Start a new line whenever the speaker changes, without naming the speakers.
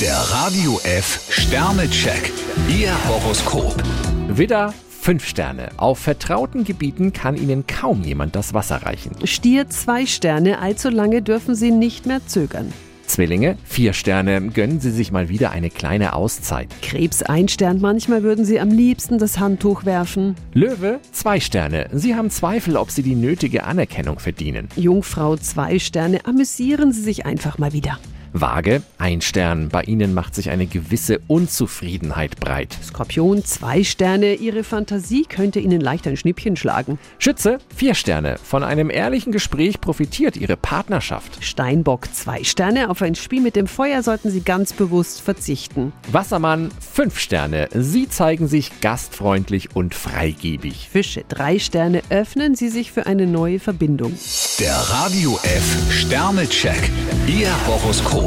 Der Radio F Sternecheck. Ihr Horoskop.
Widder, 5 Sterne. Auf vertrauten Gebieten kann Ihnen kaum jemand das Wasser reichen.
Stier zwei Sterne, allzu lange dürfen Sie nicht mehr zögern.
Zwillinge, 4 Sterne. Gönnen Sie sich mal wieder eine kleine Auszeit.
Krebs ein Stern, manchmal würden Sie am liebsten das Handtuch werfen.
Löwe, 2 Sterne. Sie haben Zweifel, ob Sie die nötige Anerkennung verdienen.
Jungfrau zwei Sterne, amüsieren Sie sich einfach mal wieder.
Waage, 1 Stern. Bei Ihnen macht sich eine gewisse Unzufriedenheit breit.
Skorpion zwei Sterne, Ihre Fantasie könnte Ihnen leicht ein Schnippchen schlagen.
Schütze, 4 Sterne. Von einem ehrlichen Gespräch profitiert Ihre Partnerschaft.
Steinbock zwei Sterne, auf ein Spiel mit dem Feuer sollten Sie ganz bewusst verzichten.
Wassermann, 5 Sterne. Sie zeigen sich gastfreundlich und freigebig.
Fische drei Sterne, öffnen Sie sich für eine neue Verbindung.
Der Radio F Sternecheck. Ihr Horoskop.